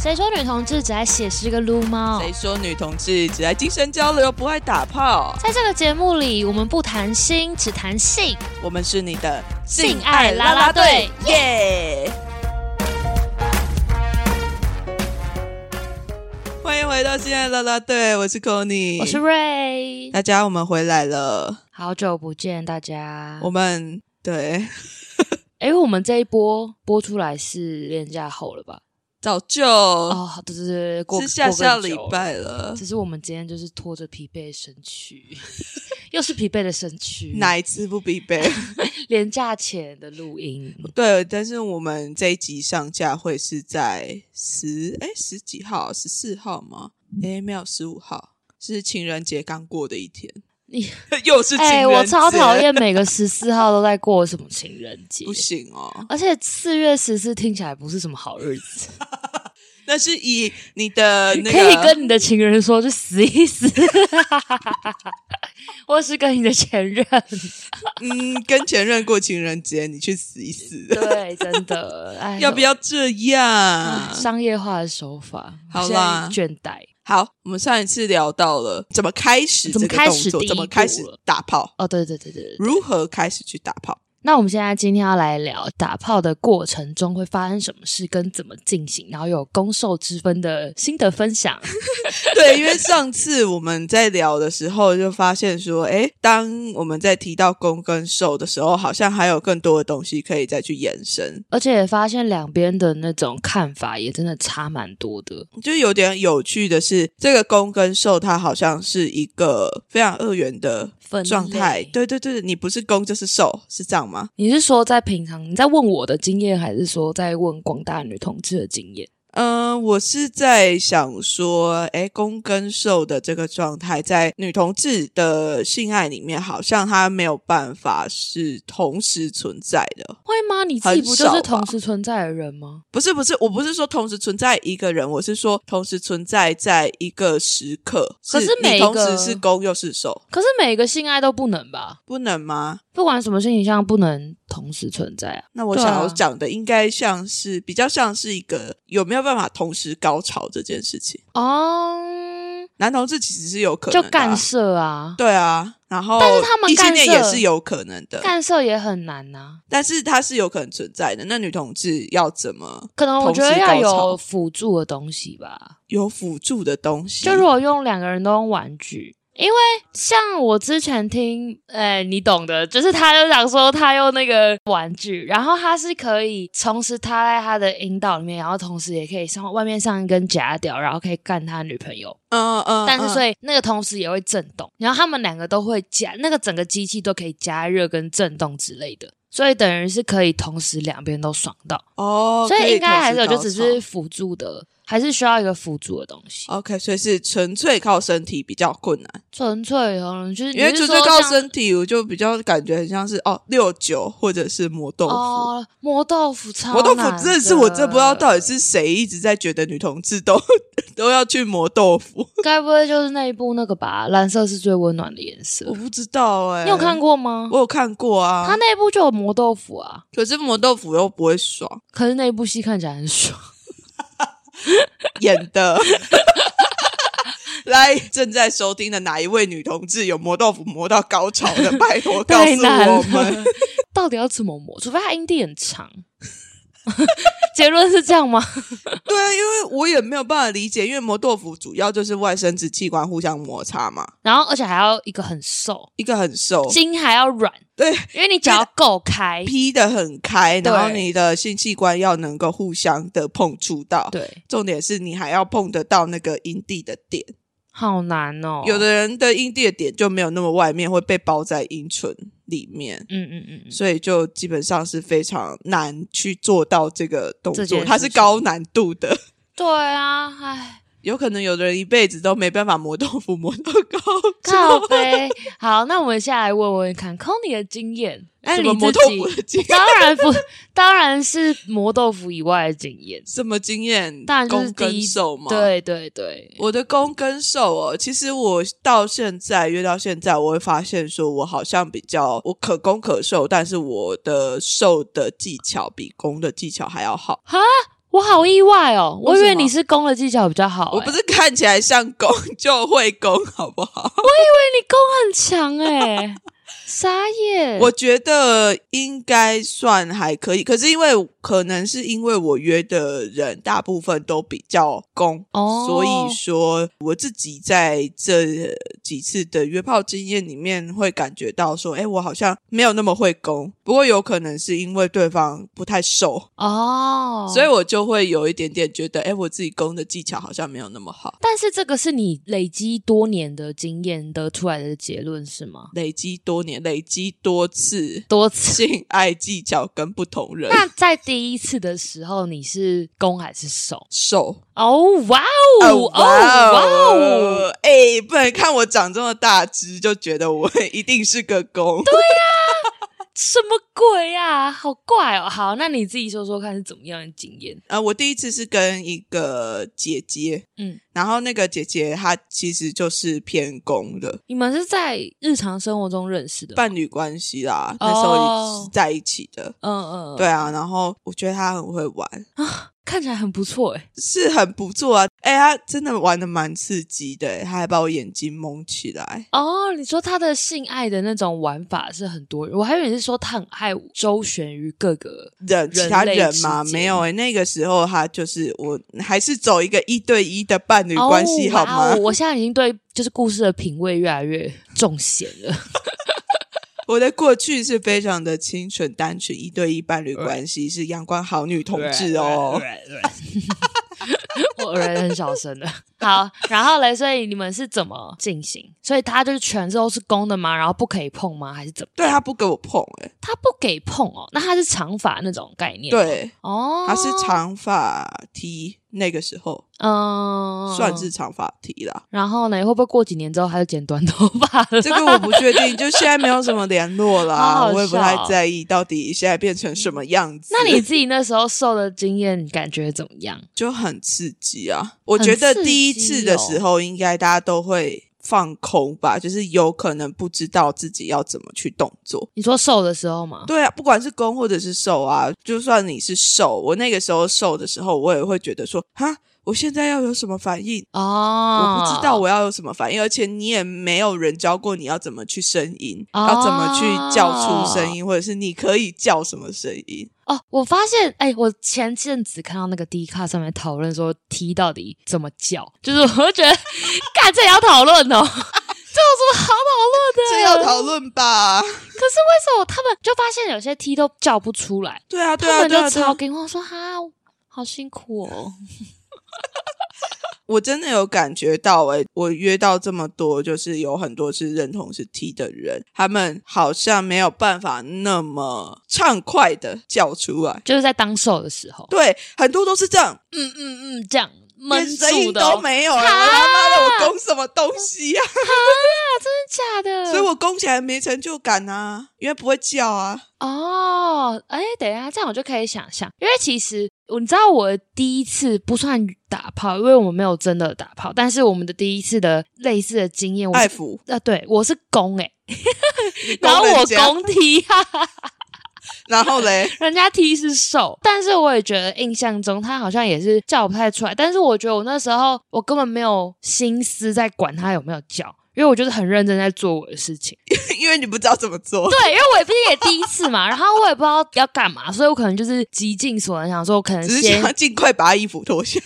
谁说女同志只爱写诗跟撸猫？谁说女同志只爱精神交流，不爱打炮？在这个节目里，我们不谈心，只谈性。我们是你的性爱啦啦队耶！欢迎回到性爱啦啦队，我是 c o n y 我是瑞，大家，我们回来了，好久不见大家。我们对哎、我们这一波播出来是廉假后了吧？早就、哦，对对对对，过是下过更下礼久了拜了只，是我们今天就是拖着疲惫的身躯， 又是疲惫的身躯， 哪一次不必备？廉价前的录音，对，但是我们这一集上架会是在十哎十几号，十四号吗？嗯哎，没有，十五号是情人节刚过的一天。 你又是情人哎、节，我超讨，厌每个十四号都在过什么情人节不，行哦。而且四月十四听起来不是什么好日子，那是以你的呃那可以个跟你的情人说去死一死， 或是跟你的前任，嗯跟前任过情人节，你去死一死，对，真 的，哎，要不要这唉样？商业化的手法？好我现在啦倦怠。好，我们上一次聊到了怎么开始怎这么个开动始作，第一怎么开步始了打炮，哦，对对对对对，如何开始去打炮。那我们现在今天要来聊打炮的过程中会发生什么事，跟怎么进行，然后有攻受之分的心得分 享。 对，因为上次我们在聊的时候就发现说，诶，当我们在提到攻跟受的时候，好像还有更多的东西可以再去延伸，而且也发现两边的那种看法也真的差蛮多的。就是有点有趣的是，这个攻跟受它好像是一个非常二元的分状态。类对对对，你不是攻就是受，是这样吗？你是说在平常你在问我的经验，还是说在问广大女同志的经验？嗯、我是在想说，诶，攻跟受的这个状态，在女同志的性爱里面，好像它没有办法是同时存在的。会吗？你自己不就很少是吧同时存在的人吗？不是不是，我不是说同时存在一个人，我是说同时存在在一个时刻。可是每你一个同时是攻又是受，可是每个性爱都不能吧？不能吗？不管什么性倾向，不能同时存在啊。那我对啊想要讲的应该像是、比较像是一个有没有办法同时高潮这件事情，哦、男同志其实是有可能就的啊、干射啊。对啊，然后但是他们异性恋干也涉是有可能的，干涉也很难啊呐、但是它是有可能存在的。那女同志要怎么可能我同觉得时要高潮有辅助的东西吧。有辅助的东西？就如果用两个人都用玩具，因为像我之前听，哎、你懂的，就是他就想说他用那个玩具，然后他是可以同时插在他的阴道里面，然后同时也可以上外面上一根假屌，然后可以干他女朋友，嗯嗯，但是所以以那个同时也会震动，然后他们两个都会加，那个整个机器都可以加热跟震动之类的，所以等于是可以同时两边都爽到。哦，所可以应该还是有，同就只时高潮哦是辅助的，还是需要一个辅助的东西。 OK，所以是纯粹靠身体比较困难，纯粹嗯，就是你因为是纯说粹靠像身体，我就比较感觉很像是哦六九或者是磨豆腐。哦，磨豆腐超磨豆腐难真的是我真的不知道到的，底是谁一直在觉得女同志都 都要去磨豆腐， 该不会就是那一部那个吧？蓝色是最温暖的颜色我，不知 道哎、你有看？过吗？我有看过啊欸他，那一部就有磨豆腐啊，可是磨豆腐又不会爽，可是那一部戏看起来很爽。演的。 来，正在收听的哪一位女同志有磨豆腐磨到高潮的，拜托告 太诉难我了 们。，到底要怎么磨？除非它阴蒂很长。 结论是这样吗？对啊，因为我也没有办法理解，因为磨豆腐主要就是外生殖器官互相摩擦嘛，然后而且还要一个很瘦，一个很瘦，筋还要软，哦对，因为你只要够开，劈的很开，对然后你的性器官要能够互相的碰触到。对，重点是你还要碰得到那个阴蒂的点，好难哦。有，的人的阴蒂的点就没有那么外面，会被包在阴唇里面，嗯嗯嗯，嗯所以就基本上是非常难去做到这个动这件作，事它是高难度的。对啊， 唉，有可能有的人一辈子都没办法磨豆腐磨到高靠潮，背。好，那我们下来问问看 c o n y 的经验，那什你哎么自磨豆己腐的经验？当然不，当然是磨豆腐以外的经验。什么经验？当然就是攻第跟一受嘛。，对对对，我的攻跟受哦，其实我到现在约到现在，我会发现说我好像比较我可攻可受，但是我的受的技巧比攻的技巧还要好。哈，我好意外哦，我以为为什么你是攻的技巧比较好、我不欸是看起来像攻 就会攻，好不好？你攻很强哎、 傻眼。我觉得应该算还可以，可是因为可能是因为我约的人大部分都比较攻，哦所以说我自己在这几次的约炮经验里面会感觉到说，哎，我好像没有那么会攻。不过有可能是因为对方不太瘦，哦，所以我就会有一点点觉得，哎，我自己攻的技巧好像没有那么好。但是这个是你累积多年的经验得出来的结论是吗？累积多年，累积多次多次。性爱技巧跟不同人那在第一次的时候，你是攻还是守？瘦。哦，哇哦，哦，哇哦！！啊哎、不能看我长这么大只就觉得我一定是个公。什么鬼呀、好怪哦！好，那你自己说说看是怎么样的经验？呃，我第一次是跟一个姐姐，嗯，然后那个姐姐她其实就是偏公的你们是在日常生活中认识的吗？伴侣关系啦，哦那时候是在一起的。嗯嗯，嗯对，啊，然后我觉得她很会玩，看起来很不错哎。是很不错啊。哎、她真的玩的蛮刺激的，哎她还把我眼睛蒙起来。哦，你说他的性爱的那种玩法是很多，我还以为你是说他很爱周旋于各个人其他人类人之嘛，间没有哎、那个时候他就是我还是走一个一对一的伴侣关系、哦好哇吗哦？我现在已经对就是故事的品味越来越重咸 了。 我的过去是非常的清纯单纯，一对一伴侣关系是阳光好女同志哦。 我耳朵很小声的。 好，然后嘞，所以你们是怎么进行？所以他就是全都是公的吗？然后不可以碰吗？还是怎么？对他不给我碰哎、他不给碰哦。那他是长发那种概念？，对，哦，他是，长发 T，那个时候嗯，算是。长发 T 啦。然后呢，会不会过几年之后他就剪短头发了？这个我不确定，就现在没有什么联络 好好啦，笑哦我也不太在意到底现在变成什么样子。 那你自己那时候受的经验你感觉怎么样？就很刺激啊！我很觉得刺第一激次的哦时候，应该大家都会放空吧，就是有可能不知道自己要怎么去动作。你说瘦的时候吗？对啊，不管是攻或者是受啊，就算你是受，我那个时候受的时候，我也会觉得说，哈，我现在要有什么反应？哦，我不知道我要有什么反应，而且你也没有人教过你要怎么去呻吟，哦要怎么去叫出声音，或者是你可以叫什么声音。哦，我发现，哎、我前阵子看到那个 D 卡上面讨论说 T 到底怎么叫，就是我就觉得，干这也要讨论哦，这有 什么好这讨论的？要讨论吧？ 可是为什么他们就发现有些 T 都叫不出来，对啊，对他啊，们对啊，就对啊超给我说哈，好辛苦哦。我真的有感觉到、欸，我约到这么多，就是有很多是认同是 T 的人，他们好像没有办法那么畅快的叫出来。就是在当受的时候，对，很多都是这样，嗯嗯嗯，这样连闷声住音的、哦，都真的没 有了。我啊他妈的，我攻什么东西呀、假的？所以我攻起来没成就感啊，因为不会叫啊。哦，哎，等一下，这样我就可以想象，因为其实我你知道，我第一次不算打炮，因为我们没有真的打炮，但是我们的第一次的类似的经验，我爱是抚，呃，对我是攻哎、你 然后人我家，攻踢啊，然后嘞， 人家踢是瘦，但是我也觉得印象中他好像也是叫不太出来，但是我觉得我那时候我根本没有心思在管他有没有叫，因为我就是很认真在做我的事情。因为你不知道怎么做，对，因为我也毕竟也第一次嘛，然后我也不知道要干嘛，所以我可能就是极尽所能，想说我可能只是先想要尽快把衣服脱下。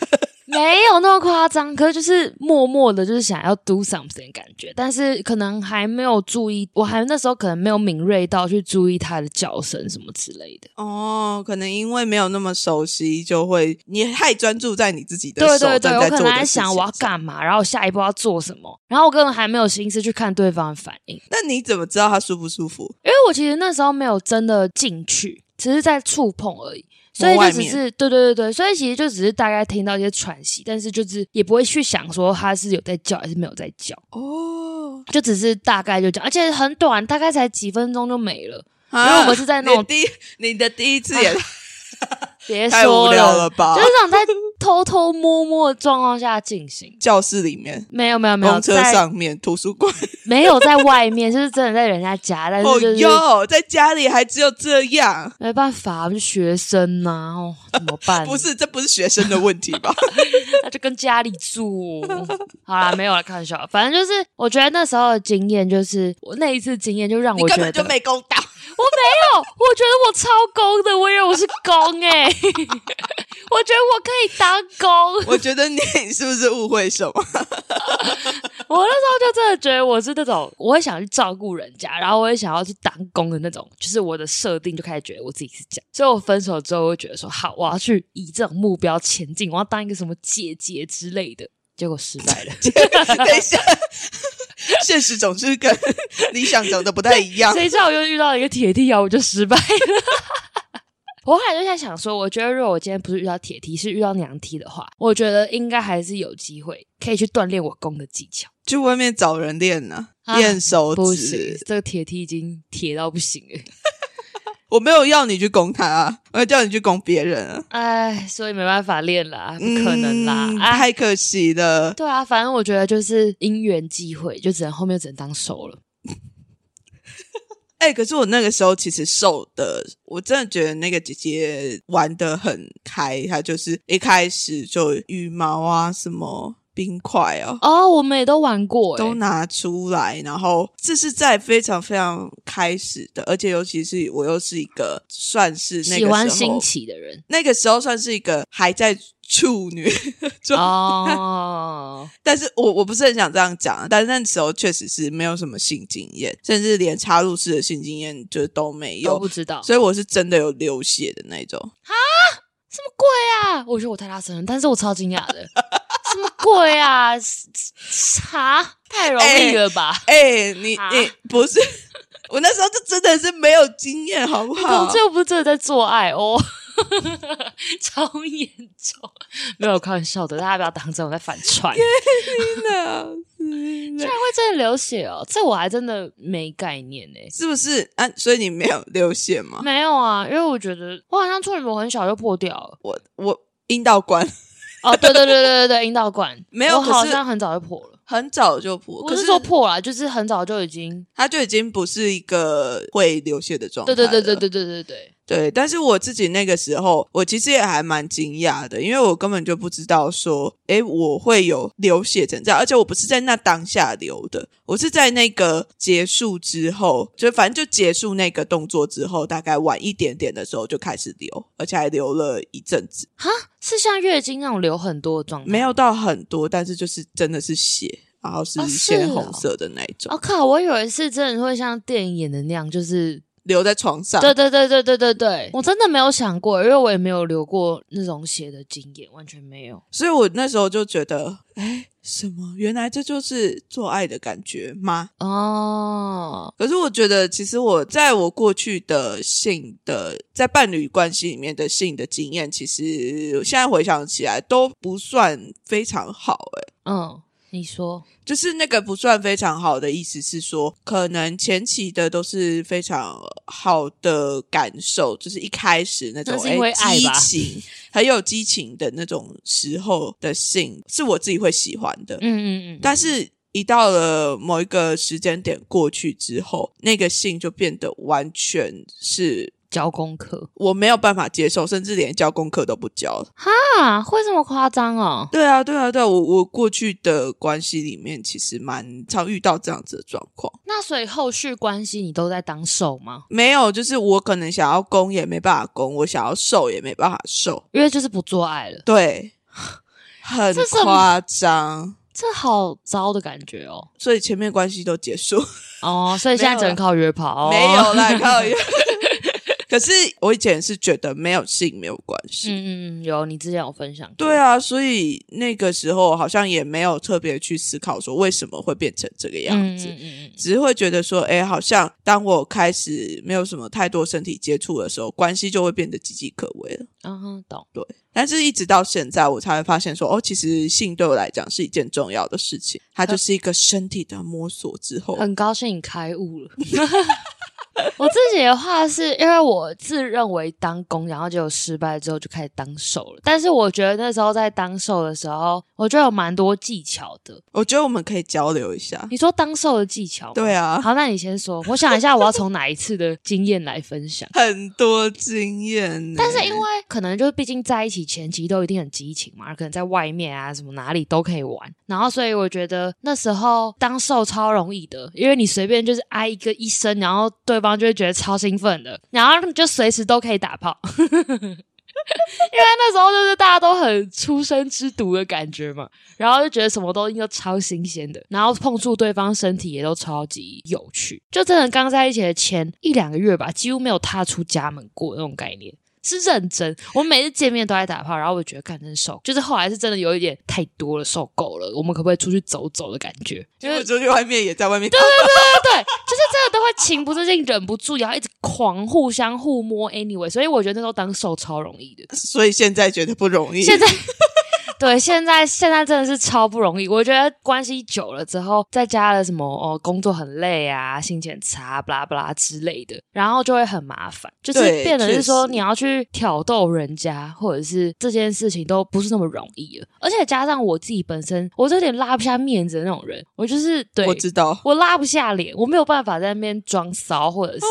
没有那么夸张，可是就是默默的，就是想要 do something 的感觉，但是可能还没有注意，我还那时候可能没有敏锐到去注意他的叫声什么之类的。哦，可能因为没有那么熟悉，就会你太专注在你自己的对手对对，正我在可做能的在事情想我要上。干嘛，然后我下一步要做什么，然后我根本还没有心思去看对方的反应，那你怎么知道他舒不舒服？因为我其实那时候没有真的进去，只是在触碰而已。所以摸就外只面是对对对对，所以其实就只是大概听到一些喘息，但是就是也不会去想说他是有在叫还是没有在叫。哦，就只是大概就讲，而且很短，大概才几分钟就没了。因因为我们是在那种啊第一你的第一次也别啊 太无说聊了吧就是那种在偷偷偷摸摸的状况下进行。教室里面、没有没有没有，公车在上面、图书馆，没有在外面，就是真的在人家家，但哦是就是哟，在家里还只有这样。没办法，我是学生呐、哦，怎么办？ 不，是，这不是学生的问题 吧？那就跟家里住。好啦，没有了，开玩笑。反正就是，我觉得那时候的经验，就是我那一次经验，就让你我觉根得本就没公 道。我没有，我觉得我超公的，我以为我是公哎、 我觉得我可以当公。我觉得你是不是误会 什么？我那时候就真的觉得我是那种，我会想去照顾人家，然后我也想要去当公的那种，就是我的设定就开始觉得我自己是这样。所以我分手之后，我就觉得说，好，我要去以这种目标前进，我要当一个什么姐姐之类的。结果失败了，等一下，现实总是跟理想长得不太一样。谁知道我又遇到一个铁梯啊，我就失败了。 我后来就在想说，我觉得如果我今天不是遇到铁梯，是遇到娘梯的话，我觉得应该还是有机会可以去锻炼我攻的技巧。去外面找人练呢、啊练手不行指。，这个铁梯已经铁到不行了，我没有要你去攻他啊，我要叫你去攻别人啊。哎，所以没办法练啦，不可能啦，嗯哎、太可惜了。对啊，反正我觉得就是因缘际会，就只能后面只能当熟了。哎、可是我那个时候其实瘦的，我真的觉得那个姐姐玩的很开，她就是一开始就羽毛啊，什么冰块啊，哦，我们也都玩过、欸，都拿出来，然后这是在非常非常开始的，而且尤其是我又是一个算是那喜欢个时新候，奇的人那个时候算是一个还在处女就 哦。但是我我不是很想这样讲啊，但是那时候确实是没有什么性经验，甚至连插入式的性经验就都没都有不，知道所以我是真的有流血的那种。什么鬼啊！我觉得我太大声了，但是我超惊讶的，什么鬼啊？啥？太容易了吧？哎、你啊你不是我那时候就真的是没有经验，好不同好志？又不是真的在做爱哦，超严重。没有开玩笑的，大家不要当真，我在反串。居真的然会真的流血哦，这我还真的没概念呢、是不是啊？所以你没有流血吗？没有啊，因为我觉得我好像处女膜很小就破掉了。我我阴道管哦，对对对对对对，阴道管没有我好可是像很早就破了。很早就破，不可是说破了，就是很早就已经。它就已经不是一个会流血的状态对了。对对对对对对对。对，但是我自己那个时候，我其实也还蛮惊讶的，因为我根本就不知道说，诶，我会有流血成这样，而且我不是在那当下流的，我是在那个结束之后，就反正就结束那个动作之后，大概晚一点点的时候就开始流，而且还流了一阵子，哈，是像月经那种流很多的状态？没有到很多，但是就是真的是血，然后是哦是鲜哦红色的那一种，哦靠！我以为是真的会像电影演的那样，就是流在床上。对对对对对对对，我真的没有想过，因为我也没有流过那种血的经验，完全没有。所以我那时候就觉得，哎，什么？原来这就是做爱的感觉吗？哦，可是我觉得，其实我在我过去的性的在伴侣关系里面的性的经验，其实现在回想起来都不算非常好、诶嗯，你说就是那个不算非常好的意思是说，可能前期的都是非常好的感受，就是一开始那种那是因为哎爱吧激情，很有激情的那种时候的性，是我自己会喜欢的。嗯，嗯嗯嗯，但是，一到了某一个时间点过去之后，那个性就变得完全是交功课我没有办法接受，甚至连交功课都不交了。啊，会这么夸张哦？对啊，对啊，对啊，我我过去的关系里面，其实蛮常遇到这样子的状况。那所以后续关系你都在当受吗？没有，就是我可能想要攻也没办法攻，我想要瘦也没办法瘦，因为就是不做爱了，对，很这什么夸张。这好糟的感觉哦。所以前面关系都结束，哦，所以现在只能靠约炮、哦，没有啦， 靠腰 可是我以前是觉得没有性没有关嗯系，嗯嗯，有你之前有分享过，对啊，所以那个时候好像也没有特别去思考说为什么会变成这个嗯，样子，嗯嗯嗯只是会觉得说，哎，好像当我开始没有什么太多身体接触的时候，关系就会变得岌岌可危了。嗯，嗯哼，懂。对，但是一直到现在，我才会发现说，哦，其实性对我来讲是一件重要的事情，它就是一个身体的摸索之 后，很高兴你开悟了，我自己的话是因为我自认为当工，然后结果失败之后就开始当售了。但是我觉得那时候在当售的时候，我觉得有蛮多技巧的。我觉得我们可以交流一下。你说当售的技巧吗？对啊，。好，那你先说，我想一下我要从哪一次的经验来分享很多经验呢，但是因为可能就是毕竟在一起前期都一定很激情嘛，可能在外面啊什么哪里都可以玩，然后所以我觉得那时候当受超容易的，因为你随便就是挨一个一声，然后对方就会觉得超兴奋的，然后你就随时都可以打炮。 因为那时候就是大家都很出生之犊的感觉嘛，然后就觉得什么东西都超新鲜的，然后碰触对方身体也都超级有趣，就真的刚在一起的前一两个月吧，几乎没有踏出家门过那种概念。是认真，我每次见面都在打炮，然后我觉得干真受，就是后来是真的有一点太多了，受够了，我们可不可以出去走走的感觉？因为出去外面也在外面，对，啊就是真的都会情不自禁、忍不住，然后一直狂互相互摸。Anyway，所以我觉得那时候当受超容易的，所以现在觉得不容易。现在对，现在现在真的是超不容易。我觉得关系久了之后，再加了什么哦，工作很累啊，心情很差，巴拉巴拉之类的，然后就会很麻烦，就是对变得确是说实你要去挑逗人家，或者是这件事情都不是那么容易了。而且加上我自己本身，我是有点拉不下面子的那种人，我就是对我知道，我拉不下脸，我没有办法在那边装骚，或者是、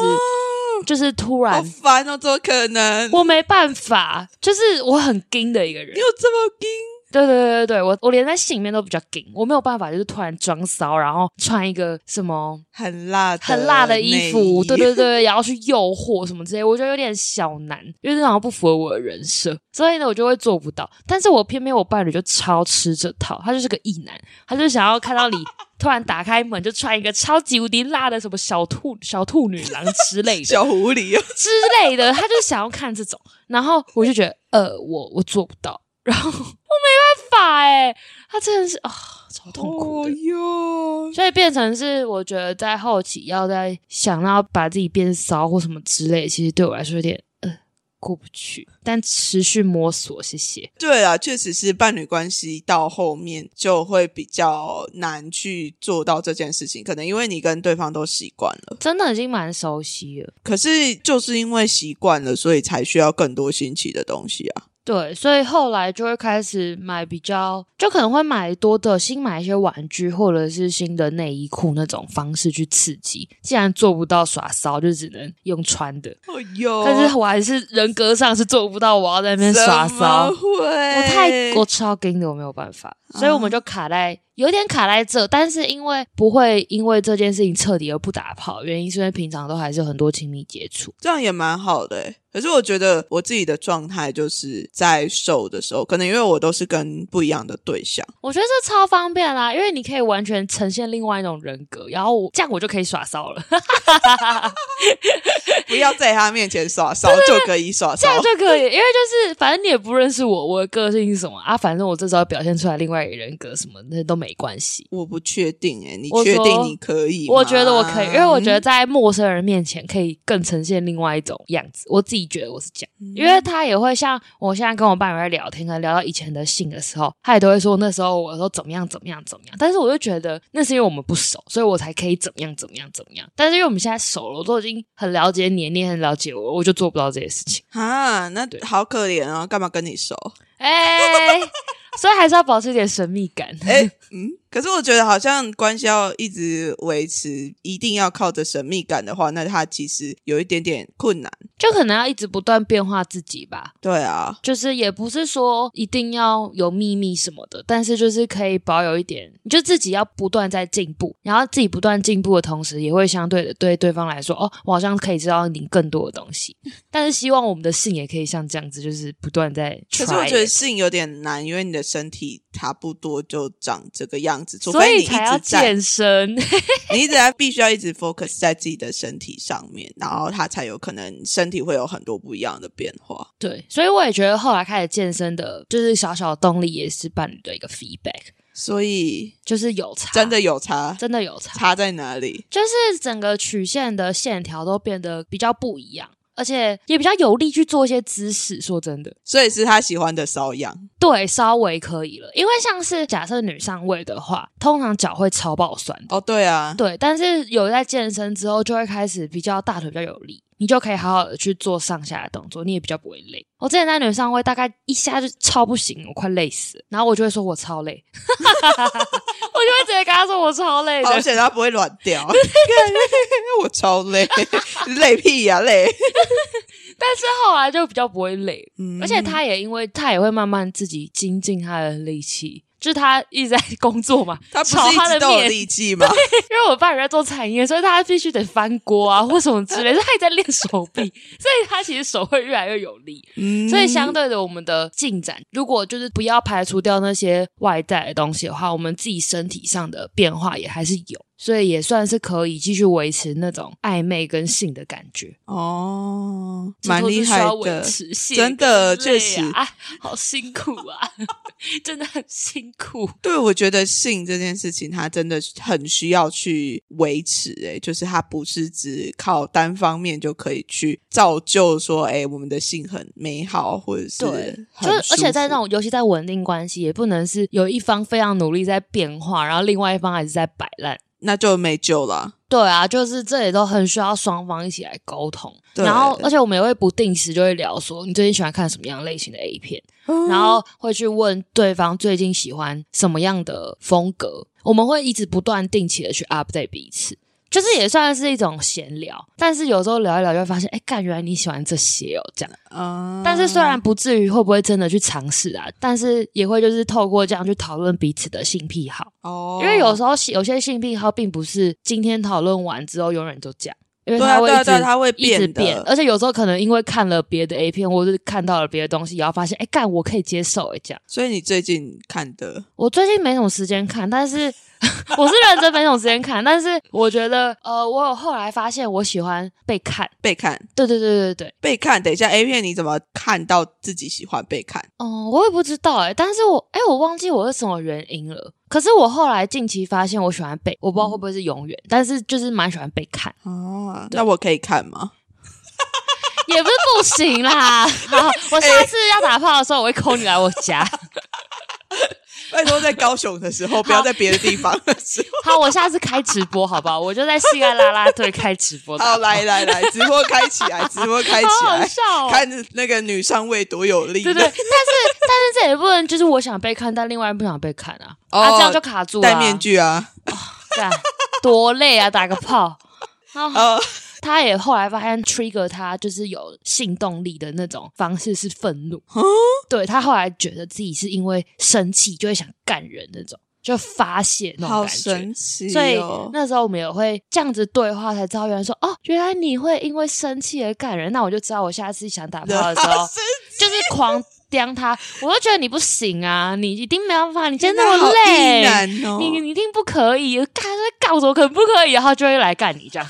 就是突哦好然。烦哦，怎么可能？我没办法，就是我很硬的一个人你。有这么硬？对对对对对，我我连在戏里面都比较紧，我没有办法，就是突然装骚，然后穿一个什么很辣的，很辣的衣服，对对对，然后去诱惑什么之类，我觉得有点小难，因为这好像不符合我的人设，所以呢，我就会做不到。但是我偏偏我伴侣就超吃这套，他就是个异男，他就想要看到你突然打开门就穿一个超级无敌辣的什么小兔小兔女郎之类的，小狐狸哦，之类的，他就想要看这种，然后我就觉得，呃，我我做不到，然后我没办法哎、他真的是啊、超痛苦哦的，哟，所以变成是我觉得在后期要在想到把自己变骚或什么之类，其实对我来说有点呃过不去，但持续摸索，谢谢。对啊，确实是伴侣关系到后面就会比较难去做到这件事情，可能因为你跟对方都习惯了。真的已经蛮熟悉了，可是就是因为习惯了，所以才需要更多新奇的东西啊。对，所以后来就会开始买比较，就可能会买多的，新买一些玩具或者是新的内衣裤那种方式去刺激。既然做不到耍骚，就只能用穿的。哦哟哎但是我还是人格上是做不到，我要在那边耍骚。会？我我太我超跟的，我没有办法，所以我们就卡在、有点卡在这，但是因为不会因为这件事情彻底而不打炮，原因是因为平常都还是有很多亲密接触。这样也蛮好的、欸。可是我觉得我自己的状态就是在瘦的时候，可能因为我都是跟不一样的 对象，我觉得这超方便啦、因为你可以完全呈现另外一种人格，然后我这样我就可以耍骚了， 不要在他面前耍骚，就可以耍这样骚。就可以。因为就是反正你也不认识我，我的个性是什么啊，反正我这时候表现出来另外一个人格什么那都没关系。我不确定哎、你我确说定你可以吗？我觉得我可以，因为我觉得在陌生人面前可以更呈现另外一种样子。我自己觉得我是这样，嗯因为他也会像我现在跟我伴侣在聊天，可能聊到以前的性的时候，他也都会说那时候我说怎么样怎么样怎么样，但是我就觉得那是因为我们不熟，所以我才可以怎么样怎么样怎么样。但是因为我们现在熟了，我都已经很了解你，你也很了解我，我就做不到这些事情。啊，那好可怜哦，干嘛跟你熟？哎、 所以还是要保持一点神秘感。哎、 嗯，可是我觉得好像关系要一直维持，一定要靠着神秘感的话，那它其实有一点点困难。就可能要一直不断变化自己吧。对啊，就是也不是说一定要有秘密什么的，但是就是可以保有一点，你就自己要不断在进步，然后自己不断进步的同时，也会相对的对对方来说，哦，我好像可以知道你更多的东 西。但是希望我们的性也可以像这样子，就是不断在 try。欸可是我觉得性有点难，因为你的身体差不多就长这个样子，除所非你以一才要直在，健身， 你一直在必须要一直 focus 在自己的身体上面，然后它才有可能身体会有很多不一样的变化。对，所以我也觉得后来开始健身的，就是小小的动力也是伴侣的一个 feedback，所以就是有差，真的有差，真的有差，差在哪里？就是整个曲线的线条都变得比较不一样。而且也比较有力去做一些姿势。说真的，所以是他喜欢的瘙痒。对，稍微可以了。因为像是假设女上位的话，通常脚会超爆酸的。哦，对啊，对，但是有在健身之后，就会开始比较大腿比较有力，你就可以好好的去做上下的动作，你也比较不会累。我之前在女上位大概一下就超不行，我快累死了，然后我就会说我超累， 我就会直接跟他说我超累的好，险哦他不会软 掉， 我超累， 累屁呀、累。但是后来就比较不会累了嗯而且他也因为他也会慢慢自己精进他的力气，就是他一直在工作嘛，他不炒是一他直的都有面，力气吗？因为我爸也在做产业，所以他必须得翻锅啊或什么之类，所以他也在练手臂，所以他其实手会越来越有力。嗯，所以相 对的，我们的进展，如果就是不要排除掉那些外在的东西的话，我们自己身体上的变化也还是有，所以也算是可以继续维持那种暧昧跟性的感觉。哦，这蛮都是厉需害要维的。持谢真的跟累确实啊，啊好辛苦啊， 真的很辛苦。对，我觉得性这件事情，它真的很需要去维持、欸，就是它不是只靠单方面就可以去造就说，哎、我们的性很美好，或者是对，就很是而且在舒服那种，尤其在稳定关系，也不能是有一方非常努力在变化，然后另外一方还是在摆烂。那就没救了。对啊，就是这里都很需要双方一起来沟通。对然后，而且我们也会不定时就会聊说，你最近喜欢看什么样类型的 A 片，然后会去问对方最近喜欢什么样的风格。我们会一直不断定期的去 update 彼此，就是也算是一种闲聊。但是有时候聊一聊就会发现，哎，干，原来你喜欢这些哦，这样。嗯但是虽然不至于会不会真的去尝试啊，但是也会就是透过这样去讨论彼此的性癖好。哦，因为有时候有些性癖好并不是今天讨论完之后永远就这样，因为对它啊会一对啊直对啊，它会一直变的，变，而且有时候可能因为看了别的 A 片，或是看到了别的东西，然后发现哎干我可以接受哎这样。所以你最近看的我最近没什么时间看，但是 我是认真没什么时间看，但是我觉得呃，我有后来发现我喜欢被看，被看对对对对对，被看，等一下 A 片你怎么看到自己喜欢被看？嗯，我也不知道哎、但是我哎、我忘记我是什么原因了。可是我后来近期发现我喜欢被，我不知道会不会是永远，嗯但是就是蛮喜欢被看。哦，那我可以看吗？也不是不行 啦。好，我哎下次要打炮的时候，我会 call 你来我家。拜托，在高雄的时 候，不要在别的地方的时候。好，我下次开直播，好不好？我就在西安啦啦队开直播。好，来来来，直播开起来，直播开起好好来，笑哦。看那个女上位多有力。对对，但是但是这也不能，就是我想被看，但另外人不想被看啊，哦啊这样就卡住了、戴面，具啊，干多累啊，打个炮。啊，呃，他也后来发现 trigger 他就是有性动力的那种方式是愤怒，哦对他后来觉得自己是因为生气就会想干人那种，就发泄那种好感觉。神奇所以哦！那时候我们也会这样子对话，才知道原来说哦，原来你会因为生气而感人。那我就知道我下次想打炮的时候 好，神就是狂刁他，我就觉得你不行啊，你一定没办法，你今天那好么意累。男哦你你一定不可以，干干我怎么可能不可以？然后就会来干你这样，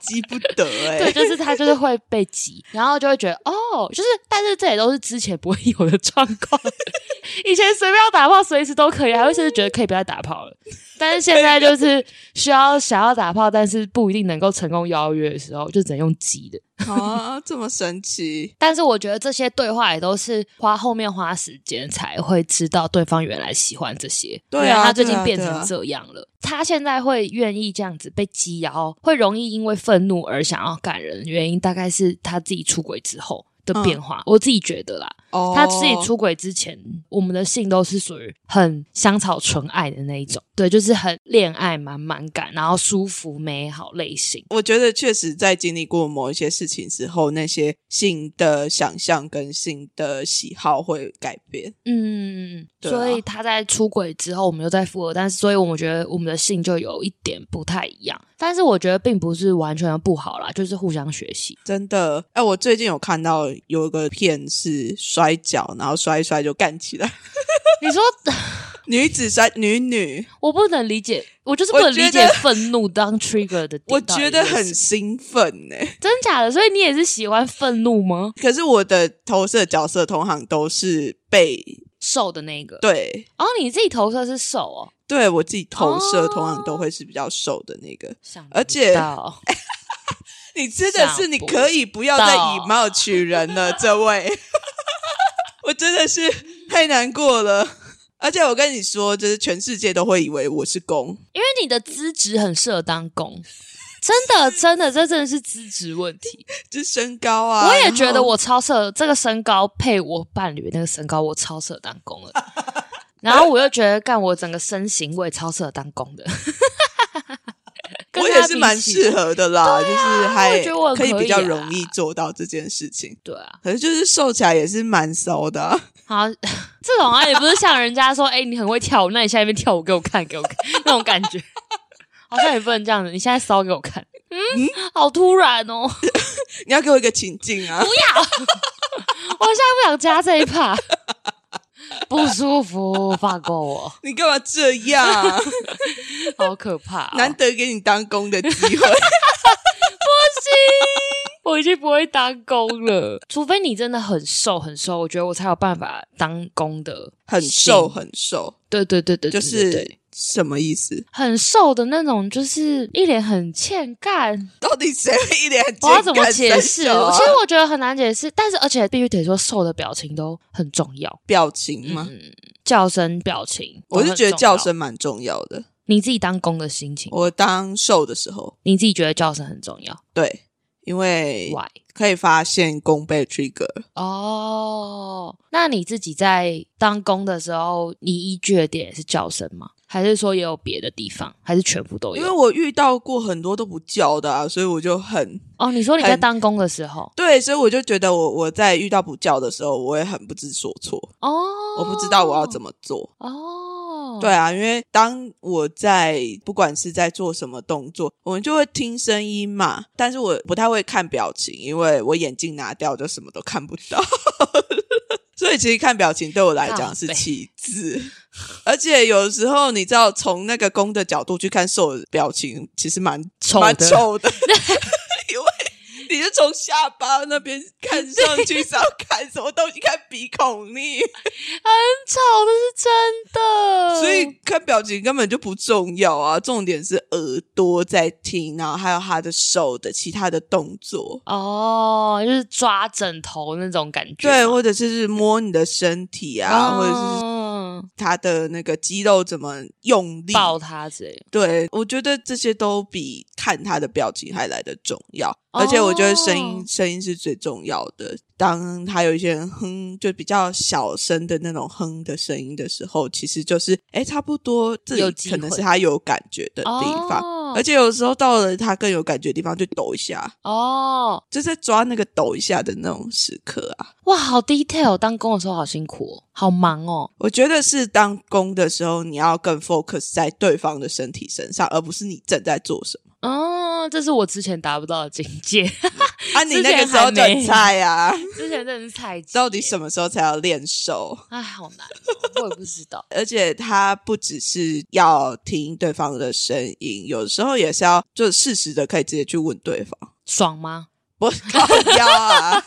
急不 得对，哎，就是他就是会被急，然后就会觉得哦，就是但是这也都是之前不会有的状况， 以前随便要打炮随时都可以，还会甚至觉得可以不要打炮了，但是现在就是需要想要打炮，但是不一定能够成功邀约的时候，就只能用急的。啊，这么神奇，但是我觉得这些对话也都是花后面花时间才会知道对方原来喜欢这些，对啊原来他最近对啊变对啊成这样了。他现在会愿意这样子被激摇，会容易因为愤怒而想要感人，原因大概是他自己出轨之后的变化。我自己觉得啦，嗯哦，他自己出轨之前，我们的性都是属于很香草纯爱的那一种，对，就是很恋爱满满感，然后舒服美好类型。我觉得确实在经历过某一些事情之后，那些性的想象跟性的喜好会改变。嗯，对啊所以他在出轨之后，我们又在复合，但是所以我们觉得我们的性就有一点不太一样，但是我觉得并不是完全的不好啦，就是互相学习。 真的，哎、我最近有看到有一个片是摔跤，然后摔一摔就干起来，你说女子摔女女，我不能理解，我就是不能理我觉解得愤怒当 trigger 的点我到底觉得是很什么兴奋呢、真假的，所以你也是喜欢愤怒吗？可是我的投射角色同行都是被瘦的那个，，对哦，你自己投射是瘦哦，对我自己投射哦同行都会是比较瘦的那个，想不而且到你真的是，你可以不要再以貌取 人了，这位， 我真的是太难过了。而且我跟你说，就是全世界都会以为我是公，因为你的资质很适合当公，真的，真的，这真的是资质问题。就是身高啊。我也觉然得后我超适合这个身高配我伴侣那个身高，我超适合当公了。 然后我又觉得，干我整个身形我也超适合当公的。 跟我他也是比蛮起啊适合的啦，就是我还也觉得我很可以可比以较啊容易做到这件事情。对啊，可是就是瘦起来也是蛮骚的啊、 好， 这种啊也不是像人家说，哎、你很会跳舞，那你现在在那边跳舞给我看，给我看那种感觉， 好像也不能这样子。你现在骚给我看，嗯， 好突然哦，我现你要给我一个情境啊！在不想加这一趴， 不舒服，放过我，你干嘛这 样？啊好可怕、哦，难得给你当公的机会，我已经不会当工了， 除非你真的很瘦很瘦，我觉得我才有办法当工的。很瘦很瘦，对对对对，就对对对是什么意思？很瘦的那种，就是一脸很欠干，到底谁会一脸我要怎么解释？健干三小啊其实我觉得很难解释，但是而且必须得说，瘦的表情都很重要，表情吗？嗯，叫声表情，我是觉得叫，声蛮重要的。你自己当工的心情，我当瘦的时候，你自己觉得叫声很重要对，因为，why？可以发现公被 trigger。哦，那你自己在当工的时候，你依据的点也是叫声吗？还是说也有别的地方？还是全部都因为有？我遇到过很多都不叫的啊，所以我就很哦，你说你在很当工的时候，对，所以我就觉得我我在遇到不叫的时候，我会很不知所措，哦，我不知道我要么怎么做。哦，对，啊，因为当我在不管是在做什么动作，我们就会听声音嘛，但是我不太会看表情，因为我眼镜拿掉就什么都看不到。 所以其实看表情对我来讲是靠北其次，而且有时候你知道，从那个公的角度去看瘦的表情，其实蛮丑蛮的 丑的，因为你是从下巴那边看上去是要看什么东西，看鼻孔你，很吵的是真的，所以看表情根本就不重要啊，重点是耳朵在听，然后还有他的手的其他的动作，哦，就是抓枕头那种感觉对，吗，或者是是摸你的身体啊，或者是嗯他的那个肌肉怎么用力，抱他之类的。对，我觉得这些都比看他的表情还来得重要，哦而且我觉得声音、声音是最重要的。当他有一些人哼，就比较小声的那种哼的声音的时候，其实就是哎，差不多这有里机可能会是他有感觉的地方。哦而且有时候到了他更有感觉的地方，就抖一下，哦，就在抓那个抖一下的那种时刻啊。哇，好 detail！当工的时候好辛苦哦，好忙哦。我觉得是当攻的时候，你要更 focus 在对方的身体身上，而不是你正在做什么。哦，这是我之前达不到的境界，啊，你之那前个时候还就很没菜啊！ 之前真的是菜鸡。到底什么时候才要练手？。哎，好难、哦，我也不知道而且他不只是要听对方的声音，有时候也是要就适时的可以直接去问对方，爽吗？不是靠腰啊，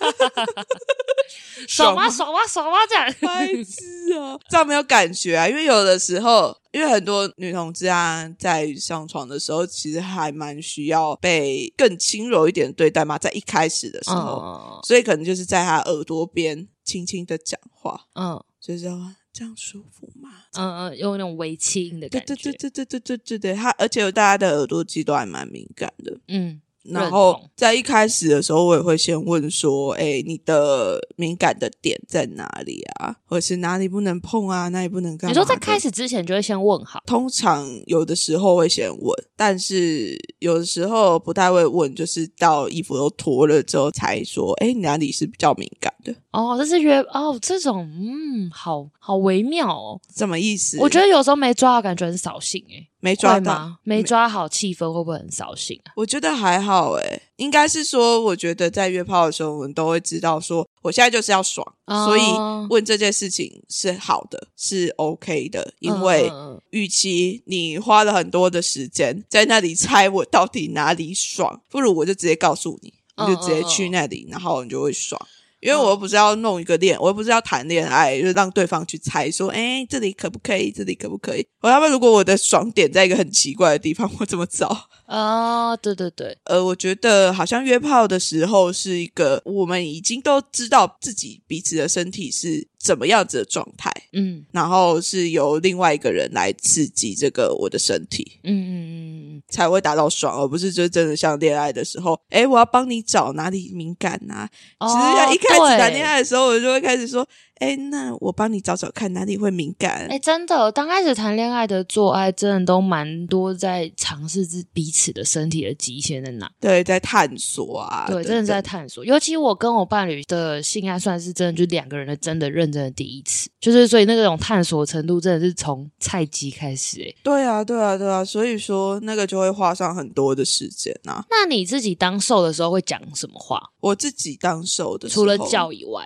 爽吗？吗爽吗？爽吗？这 样白痴啊，这样没有感觉啊，因为有的时候，因为很多女同志啊，在上床的时候，其实还蛮需要被更轻柔一点对待嘛，在一开始的时候，嗯所以可能就是在他耳朵边轻轻的讲话，嗯就是要这样舒服吗？嗯嗯，有那种微轻的对感觉。对对对对对对对对，他而且大家的耳朵肌都还蛮敏感的。嗯，然认后同在一开始的时候，我也会先问说：“哎，你的敏感的点在哪里啊？或者是哪里不能碰啊？哪里不能干你嘛的？”说在开始之前就会先问好通常有的时候会先问，但是有的时候不太会问，就是到衣服都脱了之后才说：“哎，你哪里是比较敏感的哦，这是约哦，这种嗯，好好微妙哦。？”什么意思？我觉得有时候没抓好，感觉很扫兴哎、没会抓到。吗？没抓好气氛会不会很扫兴啊？我觉得还好诶，应该是说，我觉得在约炮的时候，我们都会知道说，我现在就是要爽，哦所以问这件事情是好的，是 OK 的，因嗯为嗯嗯与其你花了很多的时间在那里猜我到底哪里爽，不如我就直接告诉你，嗯你就直接去那里，然后你就会爽。因为我又不是要弄一个恋，我又不是要谈恋爱，就是让对方去猜说，哎，这里可不可以？这里可不可以？我要不然如果我的爽点在一个很奇怪的地方，我怎么找？哦，对对对，呃，我觉得好像约炮的时候是一个我们已经都知道自己彼此的身体是怎么样子的状态，嗯然后是由另外一个人来刺激这个我的身体。嗯嗯嗯嗯，才会达到爽，而不是就真的像恋爱的时候，哎，我要帮你找哪里敏感啊。哦其实一开始谈对恋，爱的时候，我就会开始说，哎，那我帮你找找看哪里会敏感。哎，真的，刚开始谈恋爱的做爱，真的都蛮多在尝试自彼此的身体的极限在哪。对，在探索啊，对，等真的在等探索。尤其我跟我伴侣的性爱，算是真的就两个人的真的认真的第一次，就是所以那种探索程度真的是从菜鸡开始、欸。对啊，对啊，对啊，所以说那个就会花上很多的时间啊。那你自己当受的时候会讲什么话？我自己当受的时除候，了叫以外，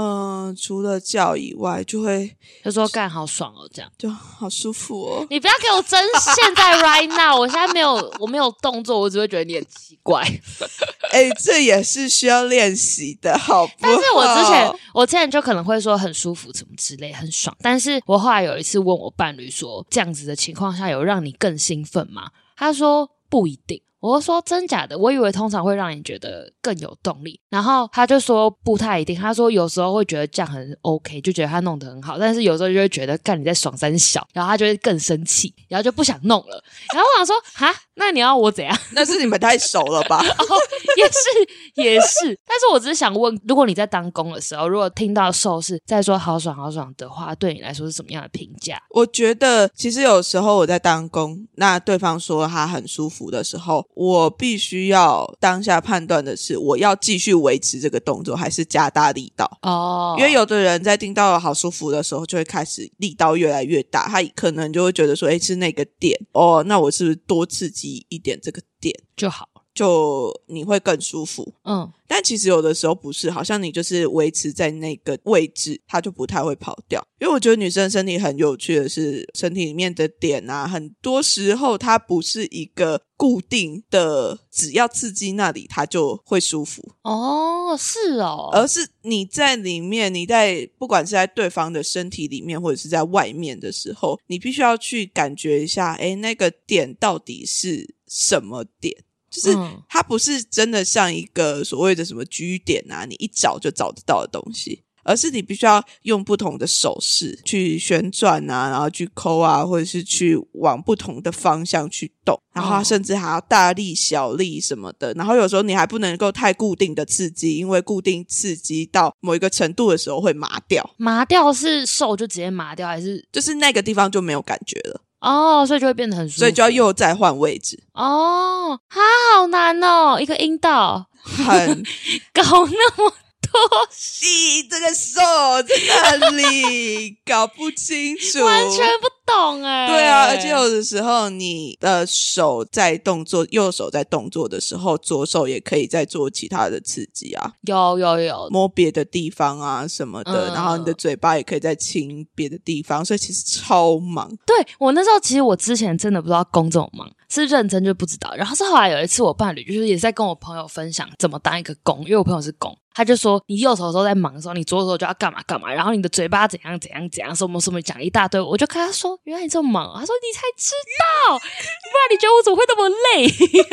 嗯、除了叫以外，就会就说干好爽哦，这样。就好舒服哦。你不要给我 真现在 right now，我现在没有我没有动作，我只会觉得你很奇怪。哎，这也是需要练习的，好不好？但是我之前我之前就可能会说很舒服，什么之类，很爽。但是我后来有一次问我伴侣说，这样子的情况下有让你更兴奋吗？他说不一定。我就说真假的，我以为通常会让你觉得更有动力，然后他就说不太一定，他说有时候会觉得这样很 OK，就觉得他弄得很好，但是有时候就会觉得干你在爽三小，然后他就会更生气，然后就不想弄了。然后我想说哈，那你要我怎样？那是你们太熟了吧？ 哦也是也是，但是我只是想问，如果你在当工的时候，如果听到兽是在说好爽好爽的话，对你来说是什么样的评价？我觉得其实有时候我在当工，那对方说他很舒服的时候，我必须要当下判断的是，我要继续维持这个动作，还是加大力道。哦因为有的人在听到好舒服的时候，就会开始力道越来越大，他可能就会觉得说，诶，是那个点哦，那我是不是多刺激一点这个点，就好，就你会更舒服。嗯，但其实有的时候不是，好像你就是维持在那个位置，它就不太会跑掉。因为我觉得女生身体很有趣的是，身体里面的点啊，很多时候它不是一个固定的，只要刺激那里它就会舒服，哦，是哦，而是你在里面，你在不管是在对方的身体里面，或者是在外面的时候，你必须要去感觉一下，诶，那个点到底是什么点。就是嗯它不是真的像一个所谓的什么居点啊，你一找就找得到的东西，而是你必须要用不同的手势去旋转啊，然后去抠啊，或者是去往不同的方向去动，然后它哦甚至还要大力小力什么的。然后有时候你还不能够太固定的刺激，因为固定刺激到某一个程度的时候会麻掉，麻掉是瘦就直接麻掉，还是就是那个地方就没有感觉了，哦，所以就会变得很舒服，所以就要又再换位置，哦，啊，好难哦，一个阴道很搞那么多，咦，这个手在那里搞不清 楚，完全不懂哎、对啊，而且有的时候你的手在动作，右手在动作的时候，左手也可以在做其他的刺激啊，有有有，摸别的地方啊什么的，嗯然后你的嘴巴也可以在亲别的地方，所以其实超忙。对我那时候，其实我之前真的不知道工这么忙，是认真就不知道。然后是后来有一次，我伴侣就是也在跟我朋友分享怎么当一个工，因为我朋友是工，他就说你右手的时候在忙的时候，你左手就要干嘛干嘛，然后你的嘴巴怎样怎样怎样，什么什么讲一大堆。我就跟他说，原来你这么忙哦，他说你才知道，不然你觉得我怎么会那么累？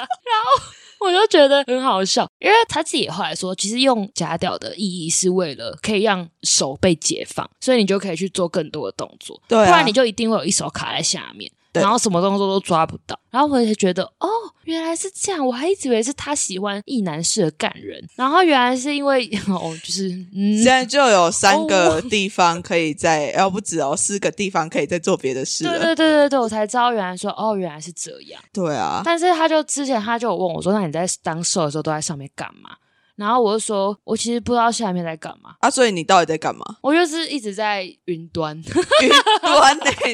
然后。我就觉得很好笑，因为他自己后来说，其实用假屌的意义是为了可以让手被解放，所以你就可以去做更多的动作。对啊不然你就一定会有一手卡在下面，对然后什么动作都抓不到。然后我也觉得，哦，原来是这样，我还一直以为是他喜欢意男式的干人，然后原来是因为 哦，就是嗯现，在就有三个地方可以在，要、不止哦，四个地方可以在做别的事对了。对对对对，我才知道原来说哦，原来是这样。对啊，但是他就之前他就有问我说，那你在当瘦的时候都在上面干嘛？然后我就说，我其实不知道下面在干嘛，啊，所以你到底在干嘛？ 我就是一直在云端，云端呢、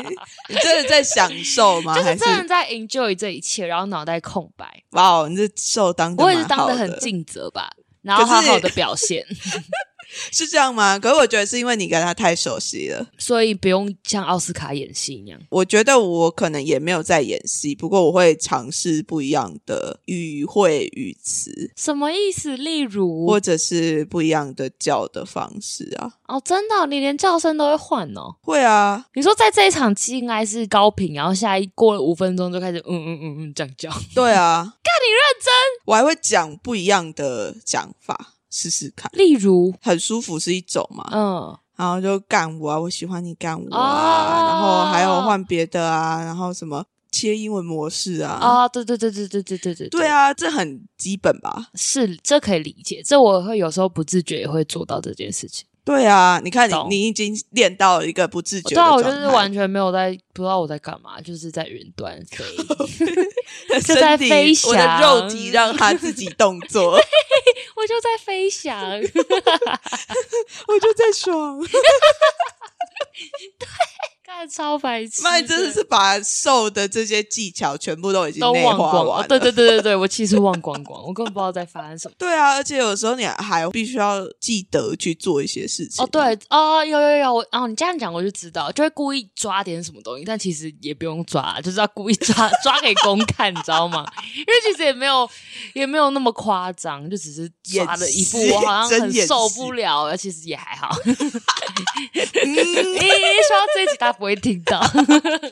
你真的在享受吗？就是还真的在 enjoy 这一切，然后脑袋空白。哇哦，你这受当得我也是蛮当好的的很尽责吧，然后好好的表现。 是这样吗？可是我觉得是因为你跟他太熟悉了。所以不用像奥斯卡演戏那样。我觉得我可能也没有在演戏，不过我会尝试不一样的语汇语词，什么意思？例如，或者是不一样的叫的方式啊。哦，真的哦、你连叫声都会换哦。会啊，你说在这一场戏应该是高频，然后下一过了五分钟就开始嗯嗯嗯嗯这样 叫，对啊。看你认真，我还会讲不一样的讲法，试试看。例如，很舒服是一种嘛，嗯，然后就干我啊，我喜欢你干我哦啊，然后还有换别的啊，然后什么切英文模式啊，啊、对对对对对对对对，对，啊，这很基本吧？是这可以理解，这我会有时候不自觉也会做到这件事情。对啊，你看你懂你已经练到了一个不自觉的对啊，状我态，就是完全没有在不知道我在干嘛，就是在云端 飞。身在体飞我的翔肉体让它自己动 作，我就在飞翔，我就在 爽。干超白痴，妈，你真的是把瘦的这些技巧全部都已经都内忘化光完了。了。对对对对对，我其实忘光光，我根本不知道在发生什么。对啊，而且有时候你还必须要记得去做一些事情。哦，对，哦，有有有，我哦，你这样讲我就知道，就会故意抓点什么东西，但其实也不用抓，就是要故意抓 抓给公看，你知道吗？因为其实也没有也没有那么夸张，就只是抓了一副演戏我好像真很演受戏不了，其实也还 好。嗯，诶、说到这一集，大家不会听 到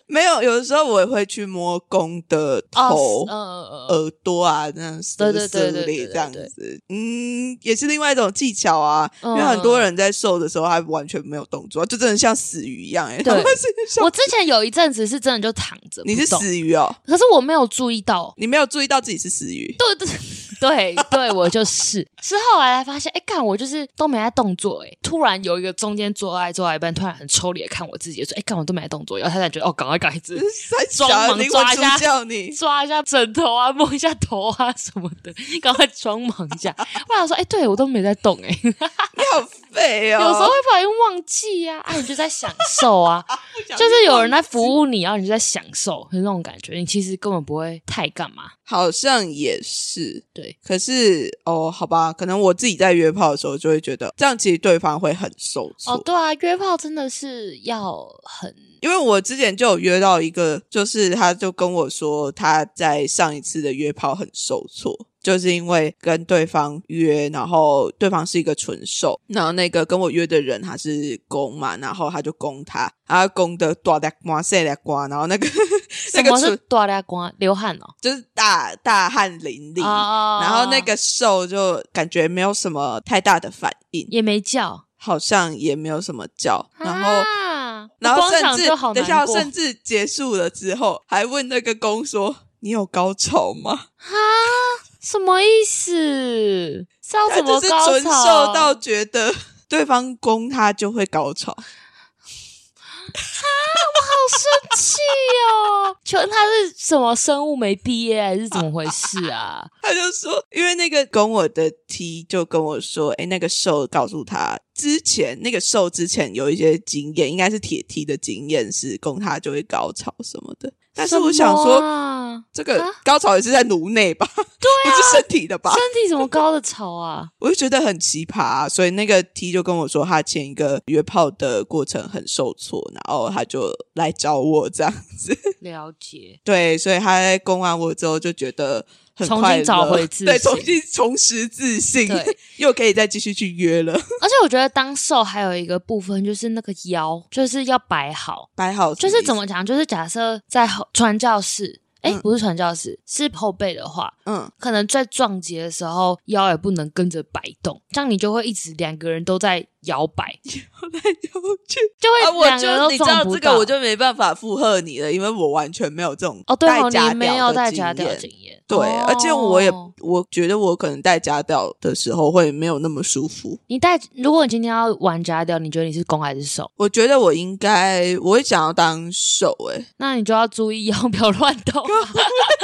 没有，有的时候我也会去摸公的头、嗯嗯嗯，耳朵啊，那样对撕对对撕对对裂对这样对子。嗯，也是另外一种技巧啊，嗯因为很多人在瘦的时候，他完全没有动作，就真的像死鱼一样、欸。哎，他 对们是像我之前有一阵子是真的就躺着，你是不动，死鱼哦，可是我没有注意到，你没有注意到自己是死鱼。 对对 对对，我就是。是后来才发现，哎、干我就是都没在动作、诶哎，突然有一个中间做爱做到一半，突然很抽离的看我自己，说，哎、干我都没在动作，然后他才觉得，哦，赶快赶快子在装想忙灵魂抓一出下 窍你，抓一下枕头啊，摸一下头啊什么的，赶快装忙一下。不然我说，哎、对我都没在动、诶哎，你好废哦。有时候会不小心忘记呀、啊，啊，你就在享受 啊，不小心就是有人在忘记服务你，然后你就在享受，是那种感觉，你其实根本不会太干嘛。 好像也是对。可是哦，好吧，可能我自己在约炮的时候就会觉得，这样其实对方会很受挫。哦，对啊，约炮真的是要很因为我之前就有约到一个，就是他就跟我说他在上一次的约炮很受挫，就是因为跟对方约，然后对方是一个纯瘦，然后那个跟我约的人他是公嘛，然后他就攻他，他攻的大大瓜塞大瓜，然 后那个 什那个么是纯大家光流汗哦？就是大大汗淋漓，哦然后那个瘦就感觉没有什么太大的反应，也没叫，好像也没有什么叫，然后。啊然后光甚想至就好等一下，难过甚至结束了之后，还问那个公说：“你有高潮吗啊，什么意思？是？”要他怎就么是高纯潮？瘦到觉得对方攻他就会高潮，好生气哦！ 请问他是什么生物没毕业还是怎么回事 啊？他就说，因为那个攻我的 T 就跟我说：“哎，那个瘦告诉他，之前那个瘦之前有一些经验，应该是铁 T 的经验是攻他就会高潮什么的。”但是我想什么说，啊这个啊高潮也是在颅内吧，对、 不是身体的吧？身体怎么高的潮啊？ 我就觉得很奇葩、啊所以那个 T 就跟我说，他前一个约炮的过程很受挫，然后他就来找我这样子。 了解，对，所以他在攻完我之后就觉得很重新快乐找回自信对，重新重拾自信对， 又可以再继续去约了。而且我觉得当瘦还有一个部分就是那个腰，就是要摆好，摆好什就么意思，是怎么讲？就是假设在后传教士，哎、嗯不是传教士，是后背的话，嗯，可能在撞击的时候腰也不能跟着摆动，这样你就会一直两个人都在摇 摆，来又去就啊，会我两个人就都你知撞道不这到。个我就没办法附和你了，因为我完全没有这种哦，对带哦，夹你没有带夹夹掉经验，对，哦而且我也我觉得我可能戴夹掉的时候会没有那么舒服。你带，如果你今天要玩夹掉，你觉得你是攻还是守？我觉得我应该我会想要当手诶、那你就要注意腰不要乱动啊。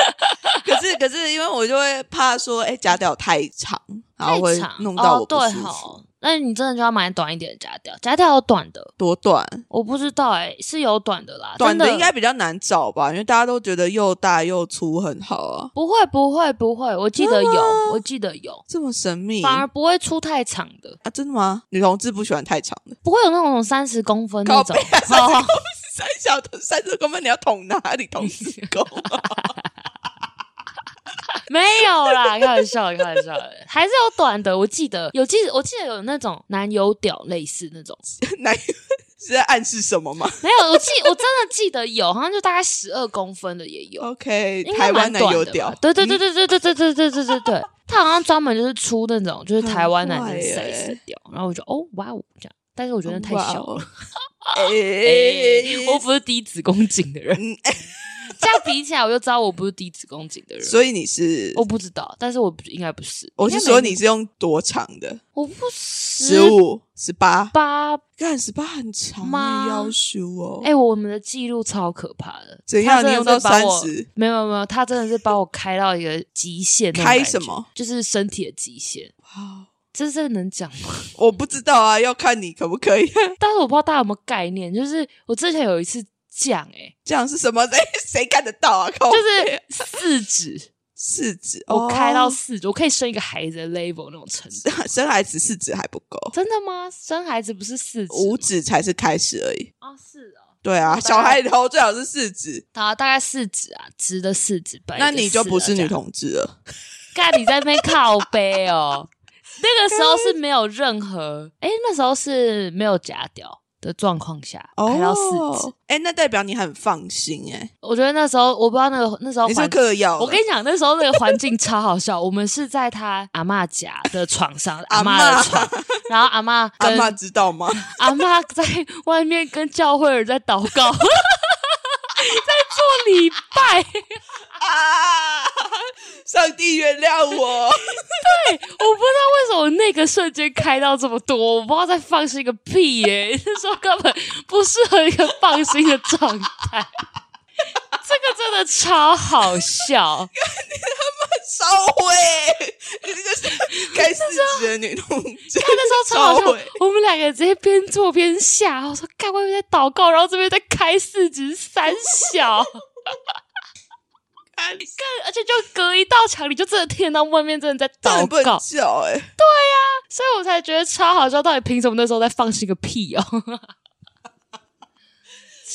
可是可是因为我就会怕说诶夹掉太长，然后太会长弄到哦我不对舒服。吼那你真的就要买短一点的夹条，夹条有短的，多短？我不知道哎、是有短的啦，短真的的应该比较难找吧，因为大家都觉得又大又粗很好啊，不会不会不会，我记得真的有吗，我记得有，这么神秘反而不会出太长的，啊？真的吗？女同志不喜欢太长的，不会有那种三十公分那靠种背啊，30哦三小的三十公分，你要捅哪里？捅子宫？ 没有啦，开玩笑的，开玩笑的，还是有短的，我记得有记得，我记得有那种男友屌类似那种，哪是在暗示什么吗没有，我记我真的记得有，好像就大概十二公分的也有， ？OK，应台该湾蛮男短友的屌嗯吧，，对对对对对对对对对对对 对，他好像专门就是出那种就是台湾男生很怪欸 size 的屌，然后我就哦哇哦这样，但是我觉得太小了。哎、哎，我不是低子宫颈的人欸嗯， 这样比起来我就知道我不是低子宫颈的人。所以你是我不知道，但是我不应该不是。我是应该没嗯说你是用多长的？我不十十五、十八？八，干十八很长妈欸，要求哦。哎，我们的记录超可怕的。怎样他真的你用到是把我30？没有没有没有，他真的是把我开到一个极限。那种开感觉什么？就是身体的极限。哇哦这是能讲吗？我不知道啊，要看你可不可以。但是我不知道大家有没有概念，就是我之前有一次降、欸，这样是什么？谁哎谁干得到啊？哎，靠，就是四指，四指，我开到哦四指，我可以生一个孩子的 level 那种程度。生孩子四指还不够，真的吗？生孩子不是四指五指才是开始而已。啊、哦？是哦，对啊，我大概小孩头最好是四指，好，大概四指啊，直的四指本来那你就不是女同。同志了。干你在那边靠背哦。那个时候是没有任何，哎、那时候是没有夹掉的状况下，开到四指。，哎，那代表你很放心哎。我觉得那时候我不知道那个那时候你是环，嗑药了？哦我跟你讲，那时候那个环境超好笑。我们是在他阿嬷家的床上，阿阿嬷嬷的床，然后阿嬷阿跟妈知道吗？阿嬷在外面跟教会人在祷告，在做礼拜。啊！ 上帝原 谅我。我不知道为什么那个瞬间开到这么多，我不知道在放心个屁耶、 那时候根本不适合一个放心的状态。这个真的超好笑，烧毁，你这是该死指的女同志， 那时候超好烧笑毁。我们两个直接边做边吓，我说干外面在祷告，然后这边在开四指三小，干 而且就隔一道墙，你就真的听得到外面真的在真的祷不能告，叫哎，所以我才觉得超好笑。到底凭什么那时候在放心个屁哦？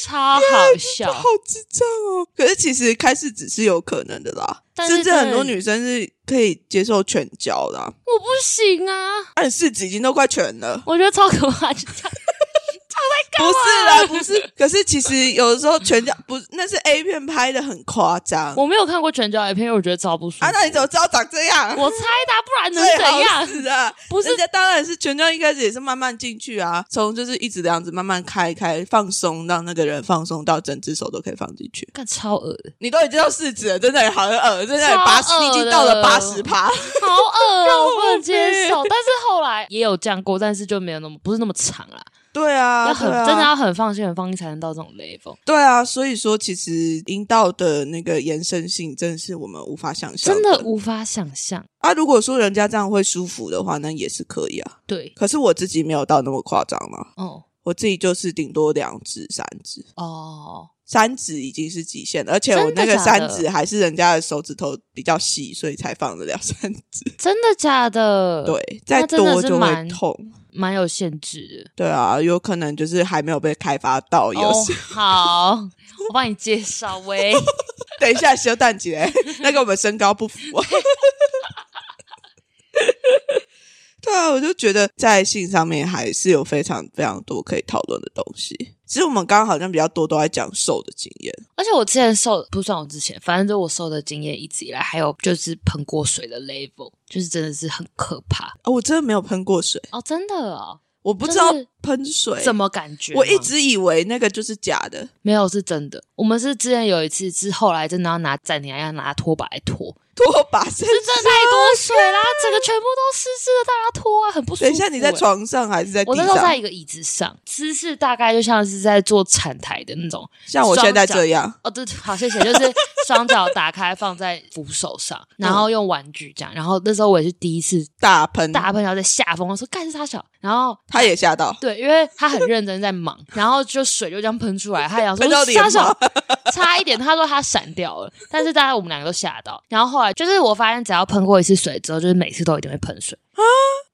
超好笑，好智障哦！可是其实开始只是有可能的啦，但是甚至真的很多女生是可以接受全交的啊，我不行啊，而且四指已经都快全了，我觉得超可怕，就这样不是啦，不是。可是其实有的时候全交 不是，那是 A 片拍的很夸张我没有看过全交 A 片，因为我觉得超不舒服。啊，那你怎么知道长这样？我猜的啊，不然能最怎好样？死啊！不是人家当然是全教一开始也是慢慢进去啊，从就是一直这样子慢慢开开放松，让那个人放松到整只手都可以放进去。干超恶的，你都已经到四指了，真的好恶，真的超八十，恶你的已经到了八十趴。 好恶哦，我我不能接背受。但是后来也有降过，但是就没有那么不是那么长啦，对啊，要很对啊真的要很放心、很放心才能到这种 level。对啊，所以说其实阴道的那个延伸性真的是我们无法想象真的的无法想象。啊。如果说人家这样会舒服的话，那也是可以啊。对，可是我自己没有到那么夸张嘛，哦我自己就是顶多两指、三指。哦，三指已经是极限了，而且我真的那个假三的指还是人家的手指头比较细，所以才放得了三 指。真的假的？，对，再真的多是就会蛮痛。蛮有限制的。对啊，有可能就是还没有被开发到，有哦时、， 好， 我帮你介绍喂。 等一下休蛋姐，那跟我们身高不符。啊 对啊，我就觉得在性上面还是有非常非常多可以讨论的东西。其实我们刚刚好像比较多都在讲瘦的经验，而且我之前受不算我之前，反正就我受的经验一直以来，还有就是喷过水的 level，就是真的是很可怕哦、我真的没有喷过水，哦，真的哦，我不知道就是喷水怎么感觉吗？我一直以为那个就是假的， 没有是真的。我们是之前有一次是后来真的要拿暂停，要拿拖把来拖，拖把甚这真的太多水啦，整个全部都湿湿的，大家拖啊，很不舒服、等一下，你在欸床上还是在地我那时候在上？一个椅子上，姿势大概就像是在做产台的那种。像我现在双脚这样，哦，对，好，谢谢。就是双脚打开放在扶手上，嗯然后用玩具这样。然后那时候我也是第一次大喷，大喷，然后在下风，我说干是他小，然后。他也吓到。对，因为他很认真在忙，然后就水就这样喷出来，他想说喷到脸杀吗手，差一点，他说他闪掉了，但是大概我们两个都吓到。然后后来就是我发现，只要喷过一次水之后，就是每次都一定会喷水啊，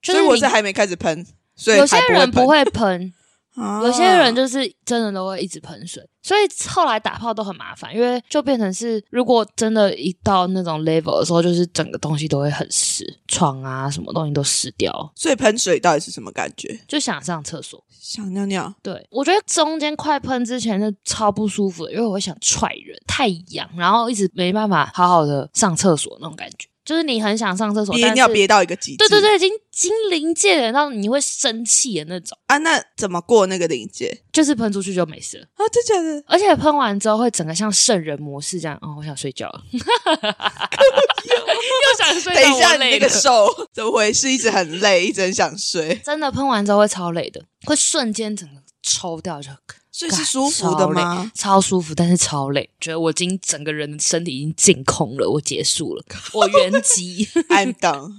就所以我你是还没开始喷，所以有些人不不，会喷，啊有些人就是真的都会一直喷水，所以后来打炮都很麻烦，因为就变成是，如果真的一到那种 level 的时候，就是整个东西都会很湿，床啊什么东西都湿掉，所以喷水到底是什么感觉？就想上厕所。想尿尿，对我觉得中间快喷之前是超不舒服的，因为我会想踹人，太痒，然后一直没办法好好的上厕所那种感觉，就是你很想上厕所，憋但尿是憋到一个极致。对对对，已经精灵界人到你会生气的那种，啊，那怎么过那个临界就是喷出去就没事了。啊？真假的？而且喷完之后会整个像圣人模式这样，哦，我想睡觉了， 又想睡等一下，我你累那个了手 怎么回事？一直很累，一直很想睡，真的喷完之后会超累的，会瞬间整个抽掉就，所以干是舒服的吗？？超累超舒服，但是超累，觉得我已经整个人的身体已经净空了，我结束了，我原 籍，按档，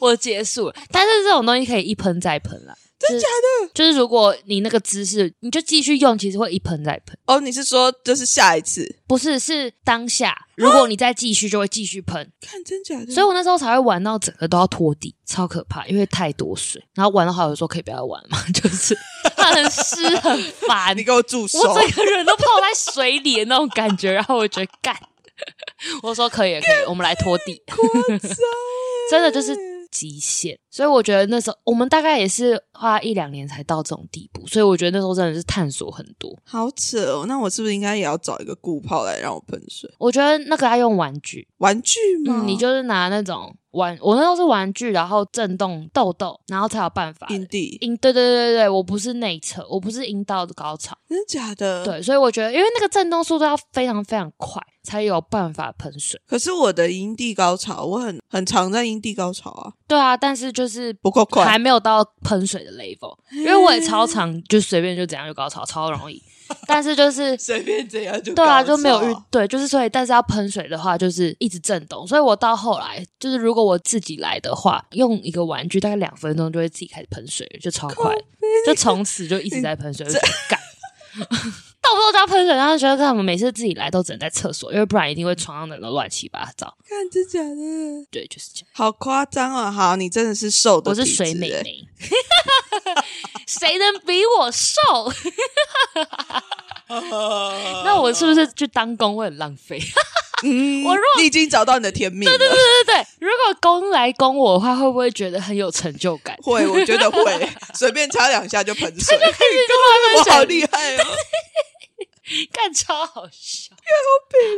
我结束了。但是这种东西可以一喷再喷啦。真假的、就是，就是如果你那个姿势，你就继续用，其实会一喷再喷。哦，你是说就是下一次？不是，是当下，如果你再继续，就会继续喷。看真假的？所以我那时候才会玩到整个都要拖地，超可怕，因为太多水。然后玩到好友说可以不要玩嘛， 就是很湿很烦你，给我住手！我整个人都泡在水里的那种感觉，然后我觉得干，我说可以了可以了，我们来拖地， 真的就是极限。所以我觉得那时候我们大概也是花一两年才到这种地步，所以我觉得那时候真的是探索很多。好扯哦，那我是不是应该也要找一个固泡来让我喷水？我觉得那个要用玩具，玩具吗？嗯，你就是拿那种玩，我那时候是玩具，然后震动豆豆，然后才有办法阴蒂，阴对对对对对，我不是内侧，我不是阴道的高潮，真的假的？。对，所以我觉得，因为那个震动速度要非常非常快，才有办法喷水。可是我的阴蒂高潮，我很很常在阴蒂高潮啊，对啊，但是就是不够快还。没有到喷水的 level，因为我也超 常就随便就怎样就高潮，超容易。但是就是随便怎样就对啊，高潮就没有遇对，就是所以，但是要喷水的话，就是一直震动。所以我到后来，就是如果我自己来的话，用一个玩具大概两分钟就会自己开始喷水，就超快，就从此就一直在喷水，我就觉得干。 到不到家喷水，然后觉得干嘛？每次自己来都只能在厕所，因为不然一定会床上的人都乱七八糟。看真假的，对，就是这样。好夸张哦！好，你真的是瘦的我体质欸，是水美 眉，谁能比我瘦？ 那我是不是去当工会很浪费？ 嗯，我若你已经找到你的甜蜜了，对对对，如果攻来攻我的话，会不会觉得很有成就感？会，我觉得会，随便擦两下 就喷水，就我慢慢好想厉害哦！干超好笑。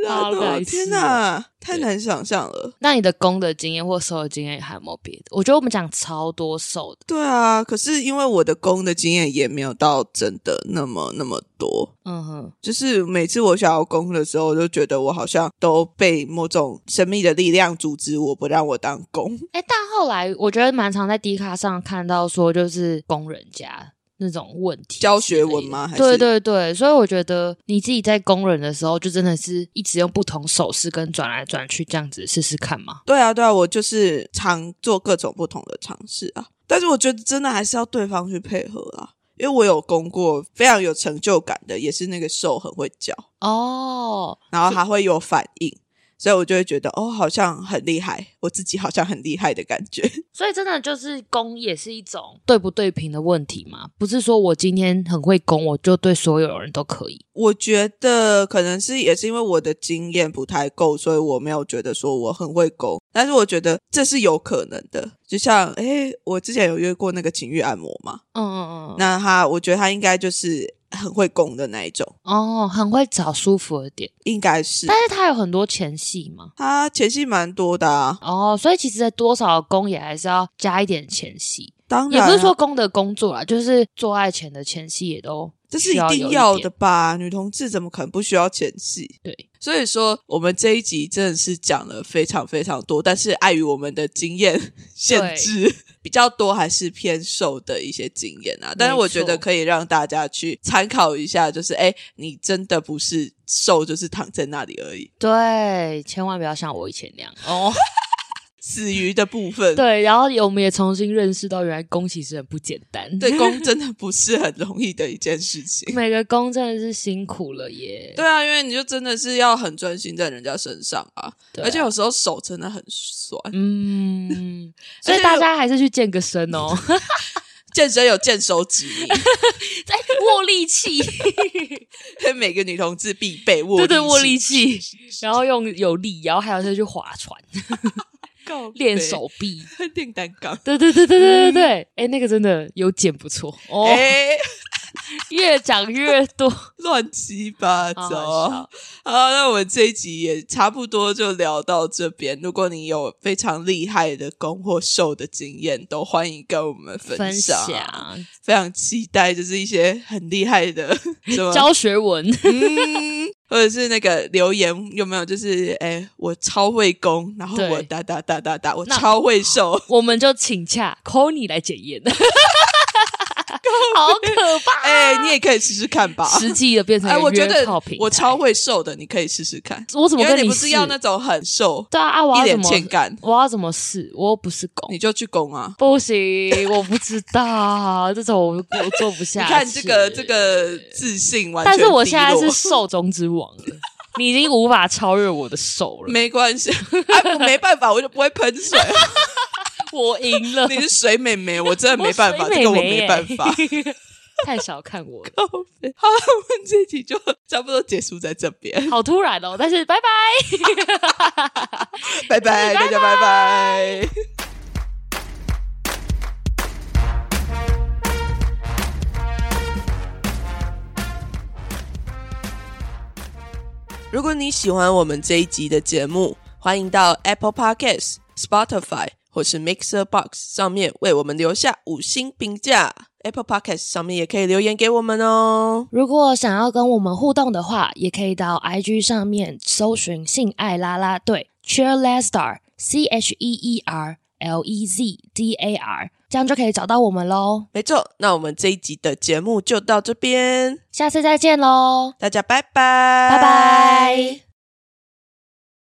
好白我痴哦天哪，太难想象了。那你的攻的经验或受的经验还有没有别的？我觉得我们讲超多受的，对啊，可是因为我的攻的经验也没有到真的那么那么多，嗯哼，就是每次我想要攻的时候，我就觉得我好像都被某种神秘的力量阻止我，不让我当攻。哎，但后来我觉得蛮常在 D 卡上看到说，就是攻人家那种问题之类的，教学文吗还是对对对，所以我觉得你自己在攻人的时候，就真的是一直用不同手势跟转来转去这样子试试看嘛。 对啊，对啊，我就是常做各种不同的尝试啊。但是我觉得真的还是要对方去配合啦，因为我有攻过非常有成就感的，也是那个兽很会叫，哦，然后还会有反应，所以我就会觉得哦，好像很厉害，我自己好像很厉害的感觉。所以真的就是攻也是一种对不对平的问题嘛，不是说我今天很会攻，我就对所有人都可以。我觉得可能是也是因为我的经验不太够，所以我没有觉得说我很会勾，但是我觉得这是有可能的。就像诶，我之前有约过那个情欲按摩嘛，嗯嗯嗯，那他我觉得他应该就是很会拱的那一种，哦，很会找舒服的点，应该是但是他有很多前戏嘛。他前戏蛮多的啊。哦，所以其实多少攻也还是要加一点前戏，当也然啊、不是说攻的工作啦，就是做爱前的前戏也都这是需一要有定一要点的吧？女同志怎么可能不需要前戏？对，所以说，我们这一集真的是讲了非常非常多，但是碍于我们的经验限制， 比较多还是偏瘦的一些经验啊。但是我觉得可以让大家去参考一下，就是哎，你真的不是瘦，就是躺在那里而已。对，千万不要像我以前那样哦。 死鱼的部分， 对，然后我们也重新认识到，原来攻其实很不简单。对，攻真的不是很容易的一件 事情。每个攻真的是辛苦了耶。对啊，因为你就真的是要很专心在人家身上啊，对啊而且有时候手真的很酸。 嗯，所而以且大家还是去健个身 哦，健身有健手指力，哎，握力器， 每个女同志必备握 对对，握力力器，然后用有力，然后还有再去划船，告别练手臂。练单杠。对对对对对对对，哎、那个真的有减不错哦，嗯哎，越讲越 多，乱七八好好糟。笑好，那我们这一集也差不多就聊到这边。如果你有非常厉害的攻或受的经验，都欢迎跟我们分享。享非常期待，就是一些很厉害的什 么教学文，嗯， 或者是那个留言有没有？就是哎、我超会攻，然后对我哒哒哒哒哒，我那超会瘦，我们就请假 call 你来检验， 好可怕、哎、你也可以试试看吧。实际的变成哎，我啊一觉个约得炮平台我超，会瘦的，你可以试试看。我怎么因为跟你不试是要那种很瘦、对啊啊，我一要怎脸么欠干，我要怎么试？我又不是狗，你就去攻啊！不行，我不知道这种我我做不 你下去。看这个这，个自信完全但低落，是我现在是兽中之王了，你已经无法超越我的手了， 没关系，哎，我没办法，我就不会 喷水。我赢了，你是水美眉，我真的没办法，我水这个我妹妹没耶办法。 太少看我了， 好，我们这集就差不多结束在这边。好突然哦！但是拜拜。拜拜，大家拜拜。如果你喜欢我们这一集的节目，欢迎到 Apple Podcasts、Spotify 或是 Mixer Box 上面为我们留下五星评价。Apple Podcasts 上面也可以留言给我们哦。如果想要跟我们互动的话，也可以到 IG 上面搜寻“性爱啦啦队 ”（Cheerleader C H E E R L E Z D A R），这样就可以找到我们喽。没错，那我们这一集的节目就到这边，下次再见喽，大家拜拜，拜拜。